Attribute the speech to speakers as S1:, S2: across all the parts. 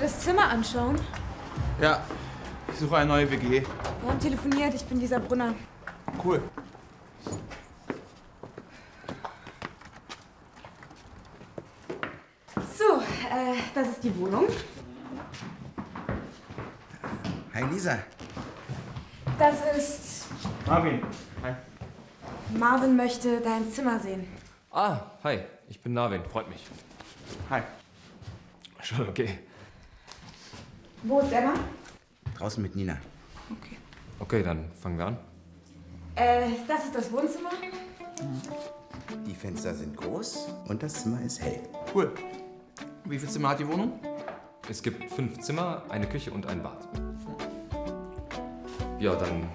S1: das Zimmer anschauen?
S2: Ja, ich suche eine neue WG.
S1: Warum telefoniert? Ich bin Lisa Brunner.
S2: Cool.
S1: So, äh, das ist die Wohnung.
S3: Hi Lisa.
S1: Das ist.
S2: Marvin. Hi.
S1: Marvin möchte dein Zimmer sehen.
S4: Ah, hi, ich bin Narwin, freut mich.
S2: Hi.
S4: Schon okay.
S1: Wo ist Emma?
S3: Draußen mit Nina.
S1: Okay.
S4: Okay, dann fangen wir an.
S1: Äh, das ist das Wohnzimmer.
S3: Die Fenster sind groß und das Zimmer ist hell.
S2: Cool. Wie viel Zimmer hat die Wohnung?
S4: Es gibt fünf Zimmer, eine Küche und ein Bad. Ja, dann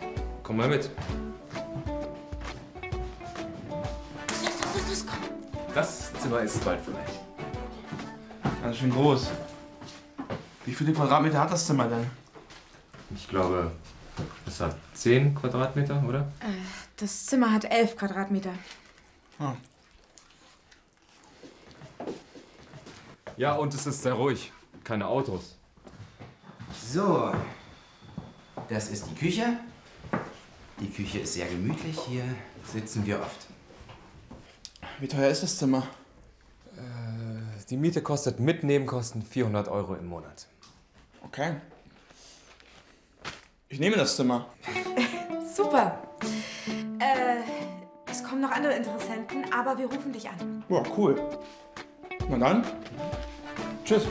S4: komm mal mit.
S2: Das Zimmer ist bald für mich. Ganz schön groß. Wie viele Quadratmeter hat das Zimmer denn?
S4: Ich glaube, es hat zehn Quadratmeter, oder?
S1: Das Zimmer hat elf Quadratmeter.
S2: Ah,
S4: Ja, und es ist sehr ruhig. Keine Autos.
S3: So, das ist die Küche. Die Küche ist sehr gemütlich. Hier sitzen wir oft.
S2: Wie teuer ist das Zimmer?
S4: Die Miete kostet mit Nebenkosten 400 Euro im Monat.
S2: Okay. Ich nehme das Zimmer.
S1: Super. Äh, es kommen noch andere Interessenten, aber wir rufen dich an.
S2: Boah, cool. Na dann. Tschüss.